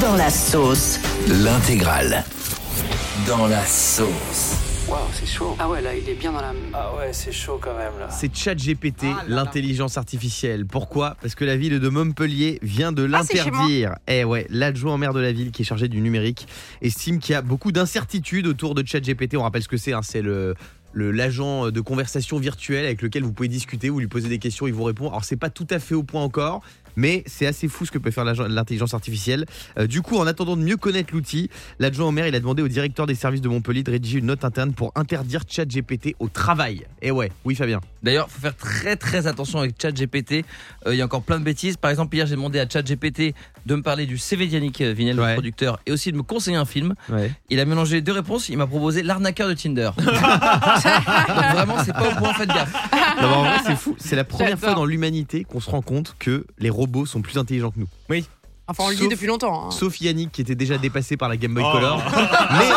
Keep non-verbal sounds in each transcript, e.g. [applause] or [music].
Dans la sauce. L'intégrale. Dans la sauce. Waouh, c'est chaud. Ah ouais, là, il est bien dans la. Ah ouais, c'est chaud quand même là. C'est ChatGPT, Ah l'intelligence artificielle. Pourquoi Parce que la ville de Montpellier vient de Ah, c'est chez moi. l'interdire. eh ouais, l'adjoint en maire de la ville qui est chargé du numérique estime qu'il y a beaucoup d'incertitudes autour de ChatGPT. On rappelle ce que c'est, hein, c'est le le- l'agent de conversation virtuelle avec lequel vous pouvez discuter ou lui poser des questions, il vous répond. Alors c'est pas tout à fait au point encore, mais c'est assez fou ce que peut faire l'agent- l'intelligence artificielle. Euh, du coup, en attendant de mieux connaître l'outil, l'adjoint au maire, il a demandé au directeur des services de Montpellier de rédiger une note interne pour interdire ChatGPT au travail. Et ouais, oui Fabien. D'ailleurs, faut faire très très attention avec ChatGPT. Euh, Il y a encore plein de bêtises. Par exemple, hier, j'ai demandé à ChatGPT de me parler du CV d'Yannick euh, Vinel, Ouais. le producteur, et aussi de me conseiller un film. Ouais. Il a mélangé deux réponses. Il m'a proposé l'arnaqueur de Tinder. Donc, vraiment, c'est pas au point. Faites gaffe. [laughs] Non, mais en vrai, c'est fou. C'est la première J'adore. fois dans l'humanité qu'on se rend compte que les robots sont plus intelligents que nous. Enfin, on le dit Sauf- depuis longtemps. hein. Sauf Yannick qui était déjà dépassé par la Game Boy [laughs] Color. Mais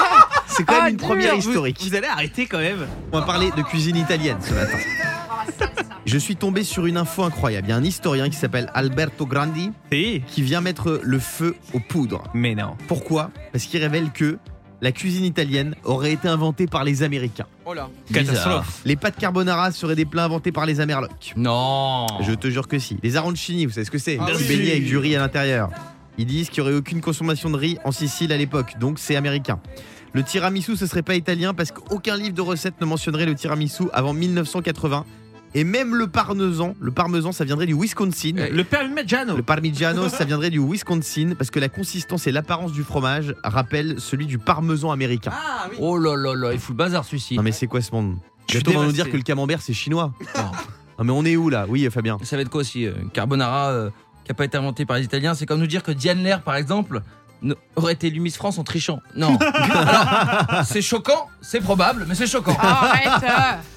c'est quand même Oh. Ah, une dur. première Vous- historique. Oh. Vous allez arrêter quand même. On va parler de cuisine italienne ce matin. Je suis tombé sur une info incroyable. Il y a un historien qui s'appelle Alberto Grandi Si. qui vient mettre le feu aux poudres. Mais non. Pourquoi Parce qu'il révèle que la cuisine italienne aurait été inventée par les Américains. Oh là. Catastrophe. Les pâtes carbonara seraient des plats inventés par les Amerlocs. Non. Je te jure que si. Les arancini, vous savez ce que c'est Oh. Ah Les oui. beignets avec du riz à l'intérieur. Ils disent qu'il n'y aurait aucune consommation de riz en Sicile à l'époque, donc c'est américain. Le tiramisu, ce serait pas italien parce qu'aucun livre de recettes ne mentionnerait le tiramisu avant 1980. Et même le parmesan, le parmesan, ça viendrait du Wisconsin. Euh, Le parmigiano. Le parmigiano, ça viendrait du Wisconsin parce que la consistance et l'apparence du fromage rappellent celui du parmesan américain. Ah. Oh là là là, il fout le bazar celui-ci. Non mais c'est quoi ce monde Je suis Bientôt, on va nous dévasté. dire que le camembert c'est chinois. Non. Non mais on est où là Oui Fabien. Ça va être quoi aussi euh, Carbonara euh, qui a pas été inventé par les Italiens, c'est comme nous dire que Diane Lair, par exemple, ne- aurait été élue Miss France en trichant. [laughs] Non. Alors, c'est choquant, c'est probable, mais c'est choquant. [laughs] Arrête. euh.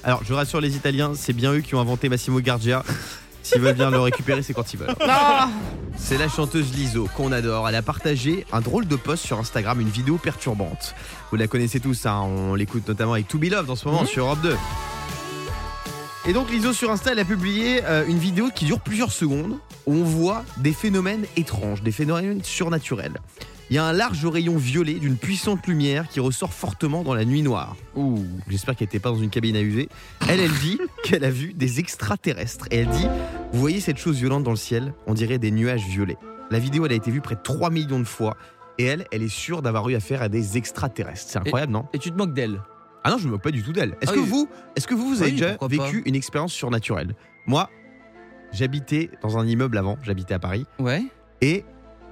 Alors, je rassure les Italiens, c'est bien eux qui ont inventé Massimo Gargia. S'ils veulent bien le récupérer, c'est quand ils veulent. Non. C'est la chanteuse Lizzo qu'on adore. Elle a partagé un drôle de post sur Instagram, une vidéo perturbante. Vous la connaissez tous, hein, on l'écoute notamment avec To Be Loved en ce moment sur Europe 2. Et donc Lizzo sur Insta, elle a publié euh, une vidéo qui dure plusieurs secondes où on voit des phénomènes étranges, des phénomènes surnaturels. Il y a un large rayon violet d'une puissante lumière qui ressort fortement dans la nuit noire. Ouh, j'espère qu'elle n'était pas dans une cabine à UV. Elle, elle dit [laughs] qu'elle a vu des extraterrestres et elle dit vous voyez cette chose violente dans le ciel On dirait des nuages violets. La vidéo, elle a été vue près de 3 millions de fois. Et elle, elle est sûre d'avoir eu affaire à des extraterrestres. C'est incroyable, non Et tu te moques d'elle. Ah non, je me moque pas du tout d'elle. Est-ce Ah que oui. vous, est-ce que vous, vous Oui, avez déjà pourquoi vécu une expérience surnaturelle Moi, j'habitais dans un immeuble avant. J'habitais à Paris Ouais. et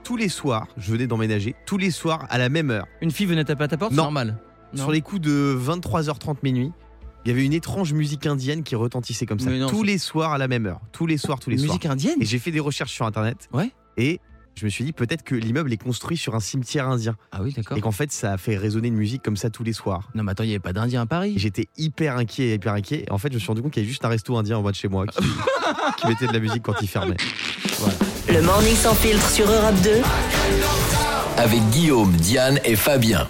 tous les soirs, je venais d'emménager. Tous les soirs à la même heure, Une fille venait taper à ta porte, c'est Non. normal. Non. sur les coups de 23h30 minuit, il y avait une étrange musique indienne qui retentissait comme ça. Mais non, tous c'est- les soirs à la même heure, tous les soirs, tous les soirs. Musique indienne Et j'ai fait des recherches sur internet. Ouais. Et je me suis dit peut-être que l'immeuble est construit sur un cimetière indien Ah oui, d'accord. et qu'en fait ça a fait résonner une musique comme ça tous les soirs. Non, mais attends, il n'y avait pas d'Indien à Et Paris. J'étais hyper inquiet, hyper inquiet. Et en fait, je me suis rendu compte qu'il y avait juste un resto indien en bas de chez moi [laughs] qui, qui mettait de la musique quand il fermait. Le morning sans filtre sur Europe 2. Avec Guillaume, Diane et Fabien.